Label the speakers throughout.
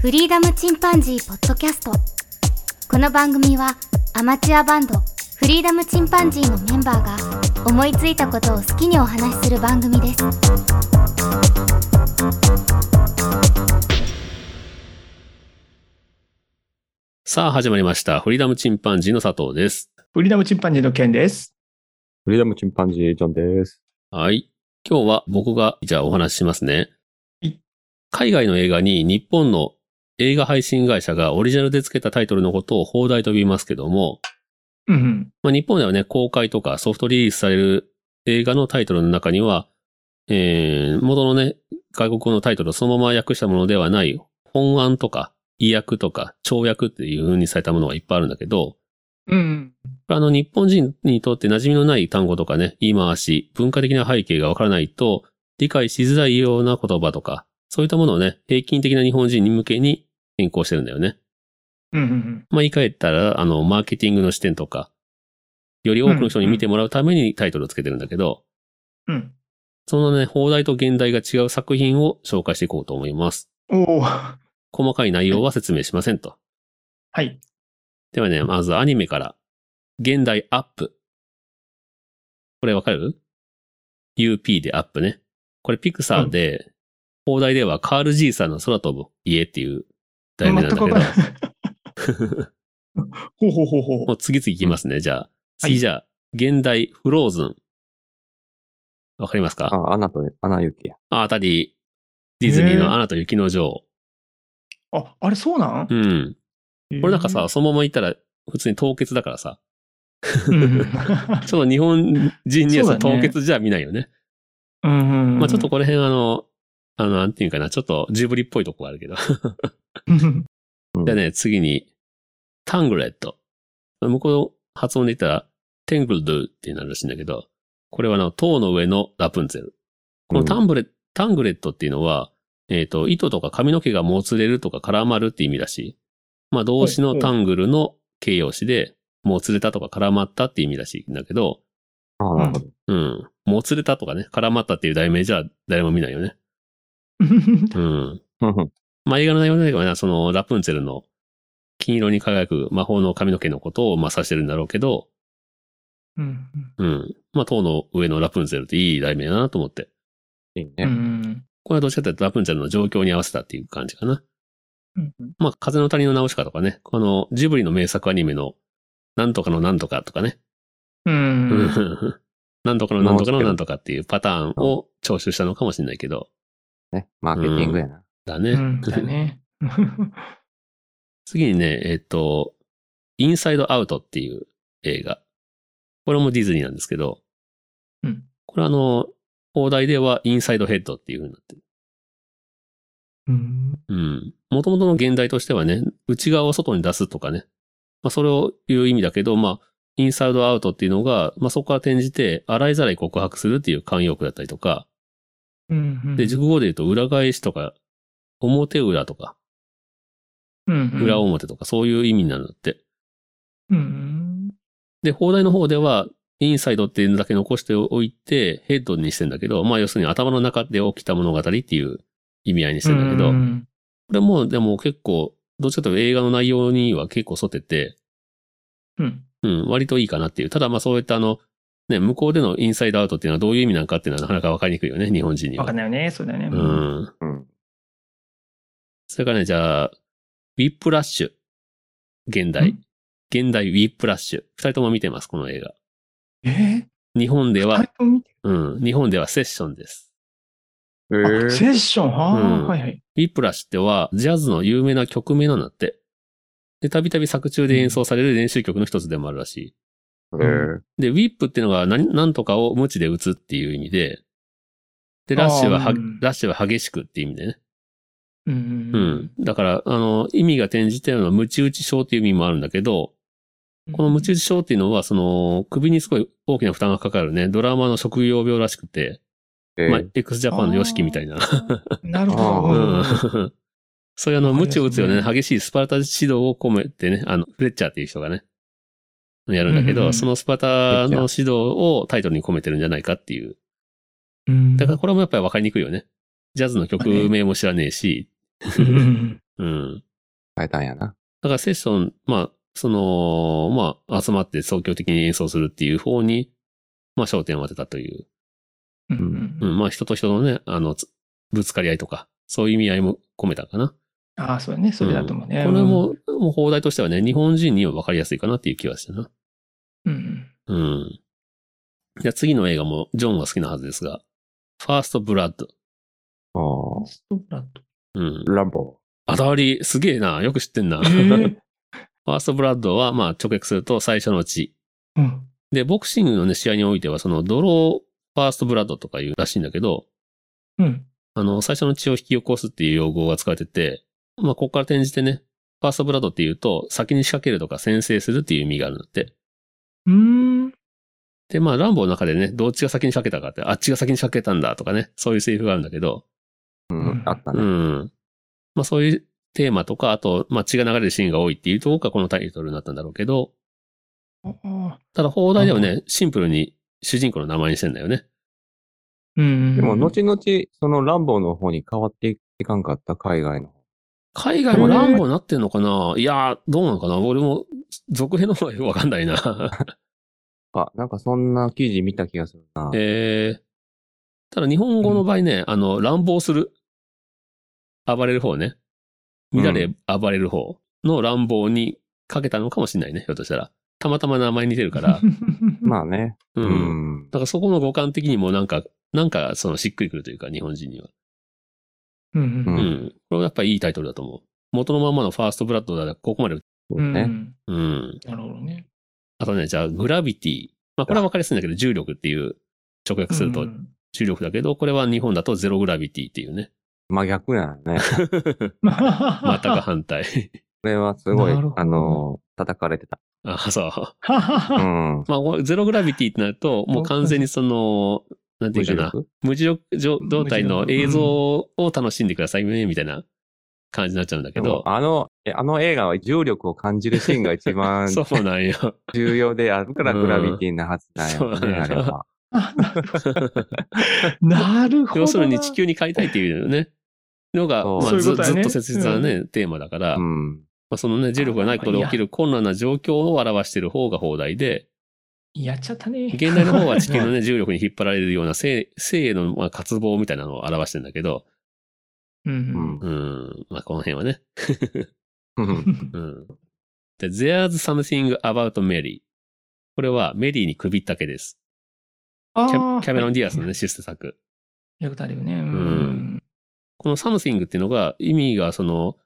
Speaker 1: フリーダムチンパンジーポッドキャストこの番組はアマチュアバンドフリーダムチンパンジーのメンバーが思いついたことを好きにお話しする番組です
Speaker 2: さあ始まりました。フリーダムチンパンジーの佐藤です。
Speaker 3: フリーダムチンパンジーの件です。
Speaker 4: フリーダムチンパンジージョンです。
Speaker 2: はい。今日は僕が、じゃあお話ししますね
Speaker 3: はい。
Speaker 2: 海外の映画に日本の映画配信会社がオリジナルで付けたタイトルのことを放題と言いますけども、
Speaker 3: うんうん。
Speaker 2: まあ、日本ではね、公開とかソフトリリースされる映画のタイトルの中には、えー、元のね、外国語のタイトルをそのまま訳したものではない、本案とか、意訳とか、跳訳っていう風にされたものがいっぱいあるんだけど、
Speaker 3: うん。
Speaker 2: あの、日本人にとって馴染みのない単語とかね、言い回し、文化的な背景がわからないと、理解しづらいような言葉とか、そういったものをね、平均的な日本人に向けに変更してるんだよね。
Speaker 3: うんうん
Speaker 2: まあ、言い換えたら、あの、マーケティングの視点とか、より多くの人に見てもらうためにタイトルをつけてるんだけど、
Speaker 3: うん。
Speaker 2: そのね、放題と現代が違う作品を紹介していこうと思います。
Speaker 3: うん。おお。は
Speaker 2: 細かい内容は説明しませんと。
Speaker 3: い。
Speaker 2: ではね、まずアニメから。現代アップ。これわかる ?UP でアップね。これピクサーで、放題ではカール・ジーさんの空飛ぶ家っていう題名なんだけど、
Speaker 3: 全くわからない。ほうほうほうほう
Speaker 2: もう次々いきますね、じゃあ。
Speaker 3: はい
Speaker 2: 次じゃあ、現代フローズン。わかりますか
Speaker 4: あ、アナと、アナユキや。
Speaker 2: ああたり、ディズニー
Speaker 3: へ
Speaker 2: の
Speaker 3: ー
Speaker 2: アナと雪の女王。
Speaker 3: あ、あれそうなん
Speaker 2: うん。これなんかさ、、そのまま言ったら普通に凍結だからさ、
Speaker 3: うんうん。
Speaker 2: ちょっと日本人にはさ
Speaker 3: そうだね
Speaker 2: 凍結じゃ見ないよね。
Speaker 3: うんうん
Speaker 2: まあちょっとこの辺あの、あの、なんていうかな、ちょっとジブリっぽいとこがあるけど。
Speaker 3: うん
Speaker 2: じゃあね、次に、タングレット。向こう発音で言ったら、テングルドゥってなるらしいんだけど、これはあの、塔の上のラプンツェル。このタンブレ、タングレットっていうのは、えっ、と、糸とか髪の毛がもつれるとか絡まるって意味だし、まあ動詞のタングルの形容詞で、もつれたとか絡まったって意味らしいんだけど、
Speaker 4: ああ、なるほど。
Speaker 2: うん。もつれたとかね、絡まったっていう題名じゃ誰も見ないよね。うん。
Speaker 4: うんうん
Speaker 2: まあ、映画の内容ではね、その、ラプンツェルの金色に輝く魔法の髪の毛のことを、まあ、指してるんだろうけど、
Speaker 3: うん
Speaker 2: うん。まあ、塔の上のラプンツェルっていい題名だなと思って。
Speaker 4: いい
Speaker 3: うんう
Speaker 4: ね。
Speaker 3: ん
Speaker 2: これはどっちかというとラプンツェルの状況に合わせたっていう感じかな。
Speaker 3: うん
Speaker 2: まあ、風の谷のナウシカとかね、このジブリの名作アニメの、なんとかのなんとかとかね、
Speaker 3: うん
Speaker 2: なんとかのなんとかのなんとかっていうパターンを徴収したのかもしれないけど、
Speaker 4: ね。マーケティングやな。
Speaker 2: だ
Speaker 3: う
Speaker 2: ね。
Speaker 3: んだね。
Speaker 2: 次にね、えっ、と、インサイドアウトっていう映画。これもディズニーなんですけど、
Speaker 3: うん
Speaker 2: これあの、放題ではインサイドヘッドっていう風になってる。
Speaker 3: うん
Speaker 2: うん。元々の現代としてはね、内側を外に出すとかね。まあそれを言う意味だけど、まあ、インサイドアウトっていうのが、まあそこから転じて、洗いざらい告白するっていう慣用句だったりとか、
Speaker 3: うん
Speaker 2: で、熟語で言うと裏返しとか、表裏とか、裏
Speaker 3: を。
Speaker 2: 表とか、そういう意味になるんだって。
Speaker 3: うん
Speaker 2: で、放題の方では、インサイドっていうのだけ残しておいて、ヘッドにしてんだけど、まあ要するに頭の中で起きた物語っていう意味合いにしてんだけど、
Speaker 3: うん
Speaker 2: これもでも結構、どっちかというと映画の内容には結構沿ってて、
Speaker 3: うん
Speaker 2: うん、割といいかなっていう。ただまあそういったあの、ね、向こうでのインサイドアウトっていうのはどういう意味なのかっていうのはなかなかわかりにくいよね、日本人に
Speaker 3: わ
Speaker 2: は。
Speaker 3: かんないよね。そうだよね。
Speaker 2: うん。
Speaker 4: うん。
Speaker 2: それからね、じゃあ、ウィップラッシュ。現代
Speaker 3: ん。
Speaker 2: 現代ウィップラッシュ。二人とも見てます、この映画。
Speaker 3: え
Speaker 2: 日本で
Speaker 3: ー
Speaker 2: は
Speaker 3: 二人、とも見て
Speaker 2: うん、日本ではセッションです。
Speaker 4: え
Speaker 3: あセッションは
Speaker 2: うん
Speaker 3: あはいはい。
Speaker 2: ウィップラッシュっては、ジャズの有名な曲名なんだって。で、たびたび作中で演奏される練習曲の一つでもあるらし
Speaker 4: えー
Speaker 2: い。で、ウィップっていうのが何、なんとかを無知で打つっていう意味で、で、ラッシュはは
Speaker 3: あーうん
Speaker 2: ラッシュは激しくっていう意味でね。う
Speaker 3: う
Speaker 2: んん。だから、あの、意味が転じてるのは、ムチ打ち症っていう意味もあるんだけど、このムチ打ち症っていうのは、その、首にすごい大きな負担がかかるね、ドラマーの職業病らしくて、
Speaker 4: え
Speaker 2: まあ
Speaker 4: ー、
Speaker 2: x ジャパンのヨシキみたいな。
Speaker 3: なる
Speaker 2: う
Speaker 3: ほ
Speaker 2: ん
Speaker 3: ど。
Speaker 2: そういうあの、
Speaker 3: わか
Speaker 2: 無
Speaker 3: りま
Speaker 2: 知
Speaker 3: す
Speaker 2: を
Speaker 3: ね
Speaker 2: 打つよね、激しいスパルタ指導を込めてね、あの、フレッチャーっていう人がね、やるんだけ
Speaker 3: うんうんう
Speaker 2: ど、
Speaker 3: ん
Speaker 2: そのスパルタの指導をタイトルに込めてるんじゃないかっていう。
Speaker 3: うん
Speaker 2: だからこれもやっぱりわかりにくいよね。ジャズの曲名も知らねえし、
Speaker 3: うん
Speaker 2: うん。
Speaker 4: 変えたんやな。
Speaker 2: だからセッション、まあ、その、まあ、集まって総協的に演奏するっていう方に、まあ、焦点を当てたという。
Speaker 3: う。
Speaker 2: うんん、まあ、人と人のね、あの、つぶつかり合いとか、そういう意味合いも込めたかな。
Speaker 3: ああ、そうだね。それだと思うね。
Speaker 2: これも、もう放題としてはね、日本人には分かりやすいかなっていう気はしたな。
Speaker 3: うん。
Speaker 2: うん。じゃあ次の映画も、ジョンは好きなはずですが、ファーストブラッド。
Speaker 4: あ
Speaker 3: うん。そうだと。
Speaker 2: うん。
Speaker 4: ランボ
Speaker 2: 当たり、すげえな。よく知ってんな。
Speaker 3: えー
Speaker 2: ファーストブラッドは、まあ、直訳すると最初の血。
Speaker 3: うん。
Speaker 2: で、ボクシングのね、試合においては、その、ドローファーストブラッドとかいうらしいんだけど、
Speaker 3: うん。
Speaker 2: あの、最初の血を引き起こすっていう用語が使われてて、まあ、ここから転じてね、ファーストブラッドっていうと、先に仕掛けるとか先制するっていう意味があるんだって。
Speaker 3: うーん。
Speaker 2: で、まあ、ランボーの中でね、どっちが先に仕掛けたかって、あっちが先に仕掛けたんだとかね、そういうセリフがあるんだけど、
Speaker 4: ー。う
Speaker 3: うん
Speaker 4: ん、あった
Speaker 2: う
Speaker 4: ね。
Speaker 2: ん。まあ、そういうテーマとか、あと、まあ、血が流れるシーンが多いっていうところがこのタイトルになったんだろうけど、
Speaker 3: ああ
Speaker 2: ただ、放題ではね、シンプルに主人公の名前にしてんだよね。
Speaker 3: うん。
Speaker 4: で も、後々、そのランボーの方に変わっていかんかった、海外の。
Speaker 2: 海外もランボーになってんのかないやー、どうなのかな俺も、続編の方がよくわかんないな。
Speaker 4: あ、なんかそんな記事見た気がするな。
Speaker 2: えー、ただ日本語の場合ね、あの、乱暴する、暴れる方ね。乱れ暴れる方の乱暴にかけたのかもしれないね、ひょっとしたら。たまたま名前似てる から。
Speaker 3: まあ、
Speaker 4: まあね。
Speaker 2: う。
Speaker 4: うんん。
Speaker 2: だからそこの五感的にもなんか、なんかそのしっくりくるというか、日本人には。
Speaker 3: う。
Speaker 4: うん
Speaker 2: うんん。これはやっぱりいいタイトルだと思う。元のまんまのファーストブラッドだらここまで。
Speaker 4: そう
Speaker 3: う
Speaker 4: ね。
Speaker 3: ん。
Speaker 2: うん。
Speaker 3: なるほどね。
Speaker 2: あとね、じゃあグラビティ。まあこれはわかりやすいんだけど、重力っていう直訳する
Speaker 3: う
Speaker 2: と
Speaker 3: ん
Speaker 2: 重力だけど、これは日本だとゼログラビティっていうね。
Speaker 4: 真逆やね。こ
Speaker 2: またが反対。
Speaker 4: れはすごい
Speaker 3: なるほど、
Speaker 4: あの、叩かれてた。
Speaker 2: あ、そう。
Speaker 4: うん。
Speaker 2: まあこれ、ゼログラビティってなると、もう完全にその、なんていうかな、
Speaker 4: 無重力
Speaker 2: 無重力状状態の
Speaker 3: 無重力
Speaker 2: 映像を楽しんでくださいね、みたいな感じになっちゃうんだけ
Speaker 4: でも
Speaker 2: ど、
Speaker 4: あの、えあの映画は重力を感じるシーンが一 番
Speaker 2: そうなんよ。
Speaker 4: 重要であるから
Speaker 2: うん
Speaker 4: グラビティなはずだよ
Speaker 2: そう
Speaker 4: ね、
Speaker 2: だ
Speaker 4: あ
Speaker 2: ね
Speaker 4: れは。
Speaker 3: なるほどな。
Speaker 2: 要するに地球に帰りたいっていうね、のが、
Speaker 4: そう
Speaker 2: まあ
Speaker 3: そういう
Speaker 2: ず
Speaker 3: ことだ
Speaker 2: ず
Speaker 3: よ
Speaker 2: っ
Speaker 3: ね
Speaker 2: と切実なね、テーマだから、
Speaker 4: う
Speaker 2: ま
Speaker 4: ん。
Speaker 2: あ、そのね、重力がないことで起きる困難な状況を表している方が放題で、
Speaker 3: やっちゃったね。
Speaker 2: 現代の方は地球のね、重力に引っ張られるような生生へのまあ渇望みたいなのを表してるんだけど、
Speaker 3: う。
Speaker 4: うんん。
Speaker 2: うん、まあこの辺はね、
Speaker 4: うん
Speaker 2: うん。で、There's something about Mary. これはメリーに首ったけです。
Speaker 3: あ
Speaker 2: キ
Speaker 3: ー
Speaker 2: ャキャメロン・ディアスのね、出世作。
Speaker 3: やることあるよね。うんん。
Speaker 2: この something っていうのが意味がその、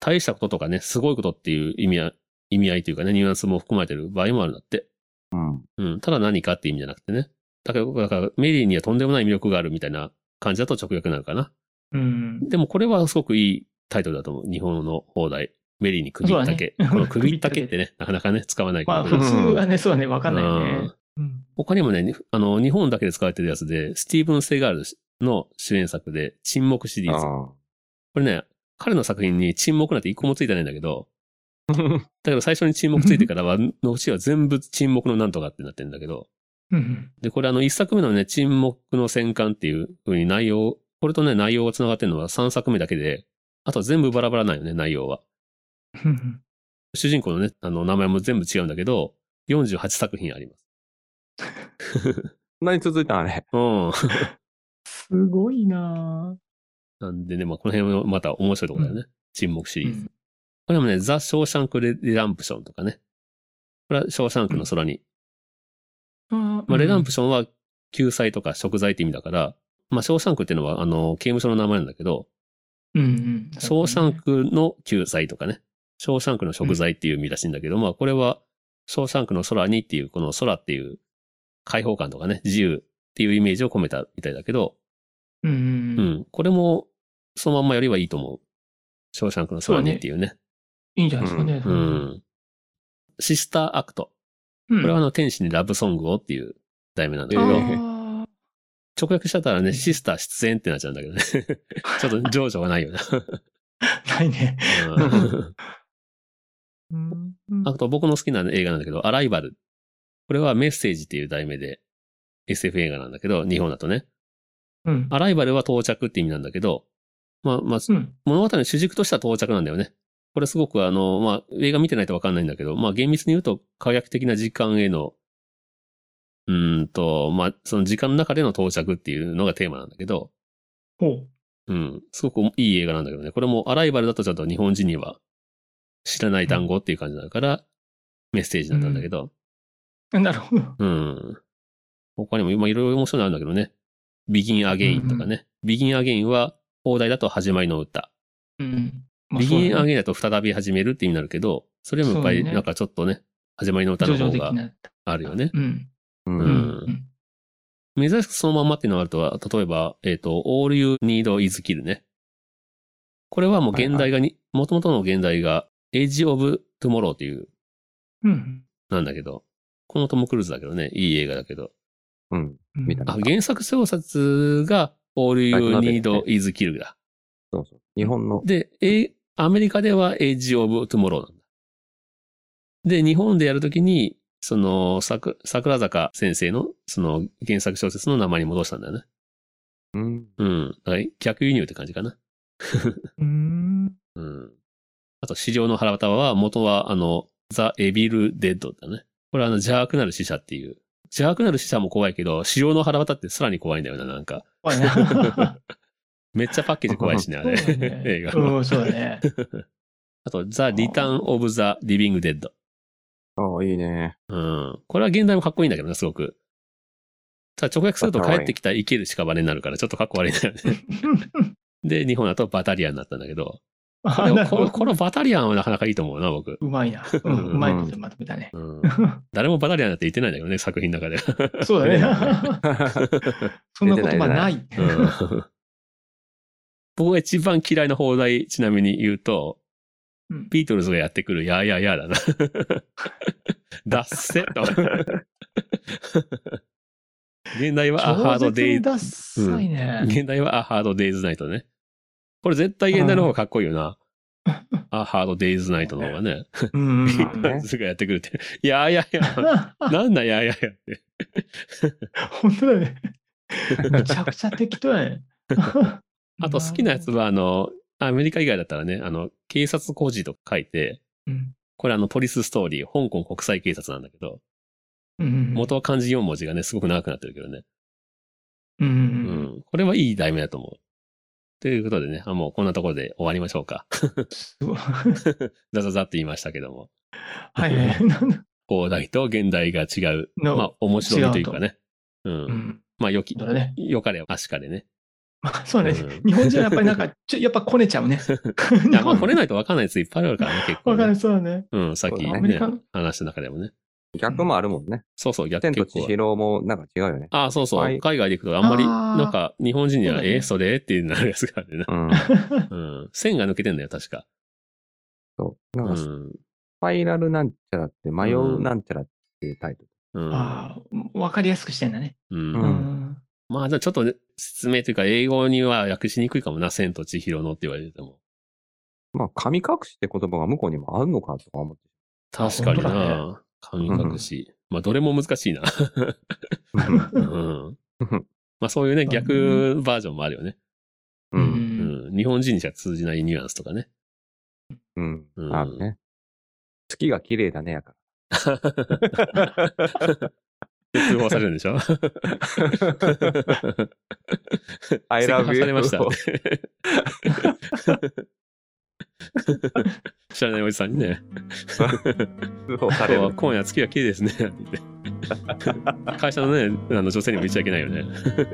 Speaker 2: 大したこととかね、すごいことっていう意味合い、意味合いというかね、ニュアンスも含まれてる場合もあるんだって。
Speaker 4: うん。
Speaker 2: うん。ただ何かっていう意味じゃなくてね。だから、だからメリーにはとんでもない魅力があるみたいな感じだと直訳になるかな。
Speaker 3: うん。
Speaker 2: でもこれはすごくいいタイトルだと思う。日本の放題。メリーに首ったけ。
Speaker 3: そうだね
Speaker 2: この首ったけってね、なかなかね、使わないけ
Speaker 3: ま
Speaker 2: ど
Speaker 3: あ、
Speaker 2: ね
Speaker 3: 普通はね、そうだね、わかんないよ
Speaker 2: うん
Speaker 3: ね。うん
Speaker 2: 他にもね、にあの、日本だけで使われてるやつで、スティーブン・セガールの主演作で、沈黙シリーズ。こ
Speaker 4: あ
Speaker 2: れね、彼の作品に沈黙なんて一個もついてないんだけど、 だけど最初に沈黙ついてからは、 のうちは全部沈黙のなんとかってなってるんだけど、
Speaker 3: うん。
Speaker 2: で、これあの、一作目のね、沈黙の戦艦っていう風に内容、これとね、内容が繋がってるのは3作目だけで、あと全部バラバラなんよね、内容は。
Speaker 3: うん
Speaker 2: 主人公のね、あの、名前も全部違うんだけど、48作品あります。
Speaker 4: そんなに続いたんあれ。
Speaker 2: うん。
Speaker 3: すごいな
Speaker 2: なんでね、まあ、この辺もまた面白いところだよね。沈黙シ
Speaker 3: ぁ
Speaker 2: リーズ。これもね、ザ・ショーシャンク・レランプションとかね。これはショーシャンクの空に。
Speaker 3: うん
Speaker 2: まあ、レランプ
Speaker 3: シ
Speaker 2: ションは救済とか贖罪って意味だから、まあ、ショーシャンクっていうのは、あの、刑務所の名前なんだけど、
Speaker 3: ョン。うん。
Speaker 2: ショーシャンクの救済とかね、ショーシャンクの贖罪っていう意味らしいんだけど、まあ、これは、ショーシャンクの空にっていう、この空っていう解放感とかね、自由っていうイメージを込めたみたいだけど、
Speaker 3: うん。
Speaker 2: う
Speaker 3: うん。
Speaker 2: ん、これも、そのまんまよりはいいと思う。ショーシャンクの空にっていうね。
Speaker 3: いいんじゃないですかね。
Speaker 2: う。ん。シスターアクト。
Speaker 3: こ
Speaker 2: これはあの、天使にラブソングをっていう題名なんだけ
Speaker 4: あ
Speaker 2: ど、
Speaker 4: ー
Speaker 2: 直訳しちゃったらね、シスター出演ってなっちゃうんだけ どね。ちょっと情緒がないよな。
Speaker 3: ないね。
Speaker 2: うん
Speaker 3: うん
Speaker 2: あと僕の好きな映画なんだけど、アライバル。これはメッセージっていう題名で SF 映画なんだけど、日本だとね。
Speaker 3: うん。
Speaker 2: アライバルは到着って意味なんだけど、まあ、まあ、
Speaker 3: うん。
Speaker 2: 物語の主軸としては到着なんだよね。これすごくあの、まあ、映画見てないとわかんないんだけど、まあ、厳密に言うと、科学的な時間への、うーんと、まあ、その時間の中での到着っていうのがテーマなんだけど、
Speaker 3: ほう。
Speaker 2: うん、すごくいい映画なんだけどね。これもアライバルだとちょっと日本人には知らない単語っていう感じだから、メッセージだったんだけど、
Speaker 3: なるほど。
Speaker 2: うん。他にも、まあ、いろいろ面白いのあるんだけどね。begin again とかね。begin again は、放題だと始まりの歌。
Speaker 3: うん。
Speaker 2: ビギンアゲ
Speaker 3: げ
Speaker 2: インだと再び始めるって意味になるけど、それもやっぱ
Speaker 3: そ
Speaker 2: り
Speaker 3: うね
Speaker 2: なんかちょっとね、始まりの歌の
Speaker 3: 徐々
Speaker 2: 方
Speaker 3: 的
Speaker 2: が
Speaker 3: な。
Speaker 2: あるよね。
Speaker 3: うん。う
Speaker 4: う。
Speaker 3: んん。
Speaker 2: 珍しくそのまんまっていうのがあるとは、例えば、えっ、と、all you need is kill ね。これはもう現代がに、元々の現代が Age of Tomorrow っていう、
Speaker 3: うん。
Speaker 2: なんだけど、このトム・クルーズだけどね、いい映画だけど。
Speaker 4: うん。
Speaker 3: うん
Speaker 4: 見た
Speaker 2: あ、原作小説が all you
Speaker 4: ライトノベルね
Speaker 2: need is kill だ。
Speaker 4: そうそう。日本の、
Speaker 2: で、え、アメリカでは Age of Tomorrow なんだ。で、日本でやるときに、その、桜桜坂先生の、その、原作小説の名前に戻したんだよね。
Speaker 4: うん。
Speaker 2: うん。だから逆輸入って感じかな。
Speaker 3: うん。
Speaker 2: うん。あと、資料の腹渡は、元は、あの、ザ・エビル・デッドだね。これは、あの、邪悪なる死者っていう。邪悪なる死者も怖いけど、資料の腹渡ってさらに怖いんだよな、なんか。
Speaker 3: 怖いな。
Speaker 2: めっちゃパッケージ怖いしね、あ れ。
Speaker 3: そうだね
Speaker 2: 映画
Speaker 3: う
Speaker 2: の。
Speaker 3: ん、そうだね。
Speaker 2: あと、ザ・リターン・オブ・ザ・リビング・デッド。
Speaker 4: ああ、いいね。
Speaker 2: うん。これは現代もかっこいいんだけどね、すごく。ただ直訳すると帰ってきた生きる屍になるから、ちょっとかっこ悪 いんだよね。で、日本だとバタリアンになったんだけど。
Speaker 3: あ
Speaker 2: でも
Speaker 3: なる
Speaker 2: こ
Speaker 3: ほ
Speaker 2: の
Speaker 3: ど
Speaker 2: このバタリアンはなかなかいいと思うな、僕。
Speaker 3: うまいな。うん
Speaker 2: うん
Speaker 3: うまいことまとめたね。
Speaker 2: うん、誰もバタリアンだって言ってないんだけどね、作品の中で。
Speaker 3: そうだね。 そんな言葉ない。
Speaker 2: うん僕が一番嫌いな放題、ちなみに言うと、
Speaker 3: うん
Speaker 2: ビートルズがやってくる、やーやーやーだな。 ダッセと。現代はアハードデイズ
Speaker 3: 超絶にダッサいね。
Speaker 2: 現代はアハードデイズナイトね。これ絶対現代の方がかっこいいよな。アハードデイズナイトの方がね。
Speaker 3: うん。
Speaker 4: ね
Speaker 2: すぐやってくるって。いやいやいや、なんだいやいやいやって。
Speaker 3: 本当だね。めちゃくちゃ適当やね。
Speaker 2: あと好きなやつは、あの、アメリカ以外だったらね、あの、警察工事とか書いて、
Speaker 3: うん。
Speaker 2: これあの、ポリスストーリー、香港国際警察なんだけど、
Speaker 3: うん。
Speaker 2: 元は漢字4文字がね、すごく長くなってるけどね。
Speaker 3: うんう。
Speaker 2: うんん。これはいい題名だと思う。ということでね、あもうこんなところで終わりましょうか。
Speaker 3: すごい
Speaker 2: ザザザって言いましたけども。
Speaker 3: はいはい。なんだ
Speaker 2: 放題と現代が違う。
Speaker 3: の
Speaker 2: まあ、面白みというかね。う。
Speaker 3: うんん。
Speaker 2: まあ、良き
Speaker 3: そう、だね。
Speaker 2: 良かれ、悪しかれね。
Speaker 3: まあ、そうね
Speaker 2: うん。
Speaker 3: 日本人はやっぱりな んか、ちょやっぱこねちゃうね。
Speaker 2: いや、まあ、これないと分かんないやついっぱいあるからね、結構
Speaker 3: わか
Speaker 2: ね、
Speaker 3: る、そうだね。
Speaker 2: うん、さっき
Speaker 4: そうだね
Speaker 3: アメリ
Speaker 2: ね
Speaker 3: カの、
Speaker 2: 話の中でもね。
Speaker 4: 逆もあるもんね。
Speaker 2: そうそう、逆
Speaker 4: 千と
Speaker 2: 結
Speaker 4: 千
Speaker 2: 構。
Speaker 4: 尋もなんか違うよね。
Speaker 2: ああ、そうそ
Speaker 4: は
Speaker 2: う。
Speaker 4: い
Speaker 2: 海外で行くと、あんまり、
Speaker 3: あー
Speaker 2: なんか、日本人に
Speaker 3: そ
Speaker 2: は、
Speaker 3: うだね
Speaker 2: え、それってなるやつがあるね。
Speaker 4: うん。
Speaker 2: うん。線が抜けてんだよ、確か。
Speaker 4: そう。なん
Speaker 2: う
Speaker 4: かス
Speaker 2: ん。
Speaker 4: パイラルなんちゃらって、迷うなんちゃらっていうタイトル。
Speaker 2: うん。
Speaker 3: ああ、わかりやすくしてんだね。
Speaker 2: うん
Speaker 4: うん
Speaker 2: まあ、じゃあちょっとね説明というか、英語には訳しにくいかもな、千と千尋のって言われても。
Speaker 4: まあ、神隠しって言葉が向こうにもあるのかとか思って。
Speaker 2: 確かに
Speaker 3: 本当だ
Speaker 2: な。神隠し。まあ、どれも難しいな。うん。 まあそういうね、逆バージョンもあるよね。
Speaker 4: う。
Speaker 3: うん。
Speaker 2: うんん。日本人にしか通じないニュアンスとかね。
Speaker 4: うん
Speaker 2: う。ん
Speaker 4: あるね。月が綺麗だね、やか
Speaker 2: で通報されるんでしょ
Speaker 4: ら。I
Speaker 2: セクハ
Speaker 4: love
Speaker 2: ラ
Speaker 4: you.
Speaker 2: されました。知らないおじさんにね、
Speaker 4: 通報され
Speaker 2: 今日
Speaker 4: る
Speaker 2: は。今夜月が綺麗ですね。って言って会社のね、あの女性にも言っちゃいけないよね。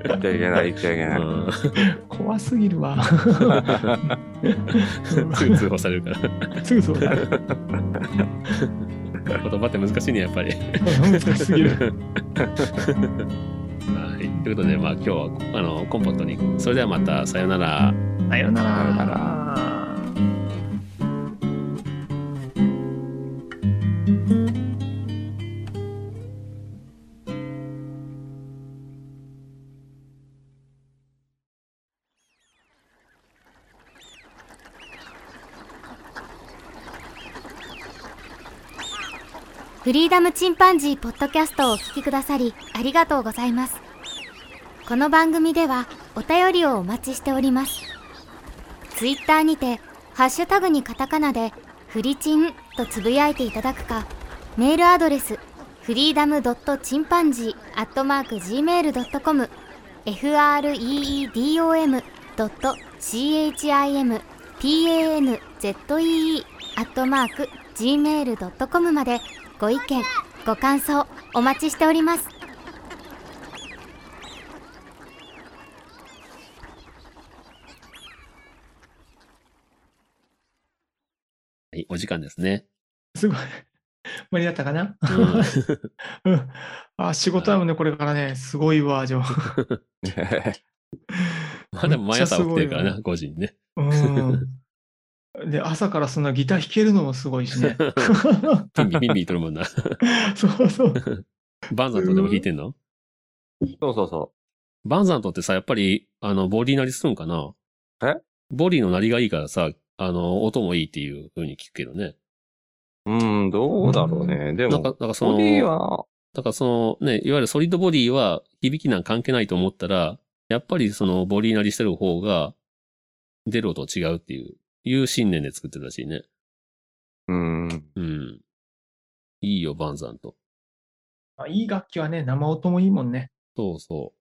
Speaker 4: 言っちゃいけない、言っちゃいけ
Speaker 2: う
Speaker 4: ない。
Speaker 2: ん
Speaker 3: 怖すぎるわ。
Speaker 2: すぐ通報されるから。
Speaker 3: すぐそうだね。
Speaker 2: 言葉って難しいね、やっぱり。
Speaker 3: 難しすぎる。
Speaker 2: はい。ということで、まあ今日は、あの、コンポットに。それではまた、さようなら。
Speaker 3: さよな
Speaker 4: さよな
Speaker 3: ら。
Speaker 1: フリーダムチンパンジーポッドキャストをお聞きくださりありがとうございますこの番組ではお便りをお待ちしておりますツイッターにて、ハッシュタグにカタカナで、フリチンとつぶやいていただくか、メールアドレス、フリーダムドットチンパンジーアットマーク Gmail.com、freedom ドット chimpanzee アットマーク Gmail.com まで、ご意見、ご感想、お待ちしております。
Speaker 2: はい、お時間ですね。
Speaker 3: すごい。間に合ったかな
Speaker 2: うん
Speaker 3: うん。あ、仕事だもんね、これからね。すごいわ、じゃあ。
Speaker 2: まあでも毎朝起きてるから
Speaker 3: め
Speaker 2: な、5時にね。
Speaker 3: うん。で、朝からそんなギター弾けるのもすごいし ね。
Speaker 2: ピンビピンビとるもんな。
Speaker 3: そうそう。
Speaker 2: バンザントでも弾いてんの
Speaker 4: そうそうそ
Speaker 2: バンザントってさ、やっぱり、あの、ボディなりするんかな
Speaker 4: え
Speaker 2: ボディのなりがいいからさ、あの、音もいいっていう風に聞くけどね。
Speaker 4: う。うん、どうだろうね。で
Speaker 2: なん
Speaker 4: も
Speaker 2: か、、なんかそ
Speaker 4: ボディ
Speaker 2: の、
Speaker 4: は、
Speaker 2: だからそのね、いわゆるソリッドボディは響きなんか関係ないと思ったら、やっぱりそのボディなりしてる方が出る音違うっていう、いう信念で作ってるらしいね。
Speaker 4: うん。
Speaker 2: うん。いいよ、バンザント。
Speaker 3: あいい楽器はね、生音もいいもんね。
Speaker 2: そうそ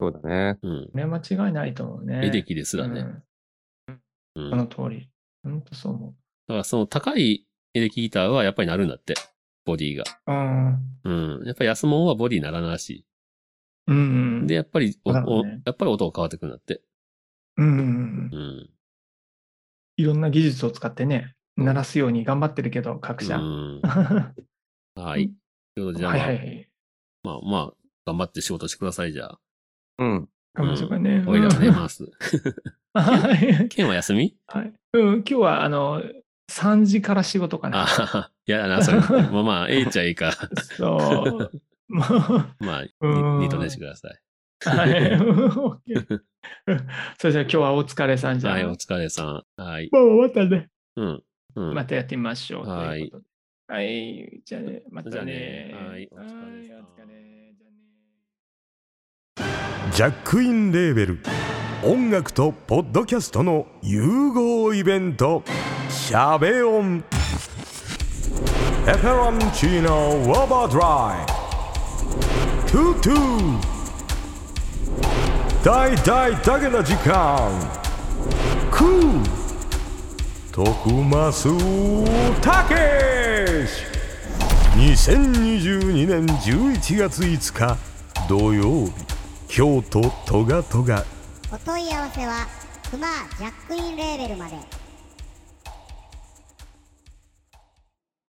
Speaker 4: そうだね。
Speaker 2: う。うん。
Speaker 3: これは間違いないと思うね。
Speaker 2: エデキですらね。う。
Speaker 3: うんん。
Speaker 2: だ
Speaker 3: そ
Speaker 2: か
Speaker 3: の通り。ほんとそう思
Speaker 2: らその高いエレキギターはやっぱりなるんだって。ボディが。
Speaker 3: う。うん。
Speaker 2: うん。やっぱり安物はボディならないし。
Speaker 3: うんうん。
Speaker 2: で、やっぱりお、
Speaker 3: そうだろ
Speaker 2: お
Speaker 3: うね
Speaker 2: やっぱり音が変わってくるんだって。
Speaker 3: うんうんうん
Speaker 2: う。ん。
Speaker 3: いろんな技術を使ってね、鳴らすように頑張ってるけど、各社。
Speaker 2: うん。
Speaker 3: は
Speaker 2: はい。ということで、
Speaker 3: い
Speaker 2: じゃあ、
Speaker 3: は
Speaker 2: まあ、
Speaker 3: いはい。
Speaker 2: まあ、まあ、頑張って仕事してください、じゃあ。
Speaker 4: うん。
Speaker 3: 頑張りましょうかね。
Speaker 2: おいらは寝
Speaker 3: うん
Speaker 2: ます。
Speaker 3: はい。
Speaker 2: ケンは休み
Speaker 3: はいうん、今日は、あの、3時から仕事か
Speaker 2: あ
Speaker 3: な。
Speaker 2: ははいやだな、それ。まあまあ、ええっちゃいいか。
Speaker 3: そう。もう、
Speaker 2: まあ、に
Speaker 3: うん
Speaker 2: 二度寝してください。
Speaker 3: はい。オッケーそれじゃあ今日はお疲れさんじゃん。
Speaker 2: はい、お
Speaker 3: もう
Speaker 2: 疲れさん。はい。
Speaker 3: 終わったね。
Speaker 2: うん。うん。
Speaker 3: またやってみましょう。
Speaker 2: はい
Speaker 3: とうことで。はい。じゃあね、ま
Speaker 2: じゃ
Speaker 3: た
Speaker 2: あ
Speaker 3: ね
Speaker 2: ね。はいお
Speaker 3: は
Speaker 2: 疲れさん
Speaker 3: い、お疲れ。じゃあね。
Speaker 5: ジャックインレーベル音楽とポッドキャストの融合イベント「シャベオン」「エフェロンチーノウォーバードライ」「トゥトゥ」「大大だけの時間」「クー」「徳増たけし」2022年11月5日土曜日京都トガトガ
Speaker 6: お問い合わせはクマージャックインレーベルまで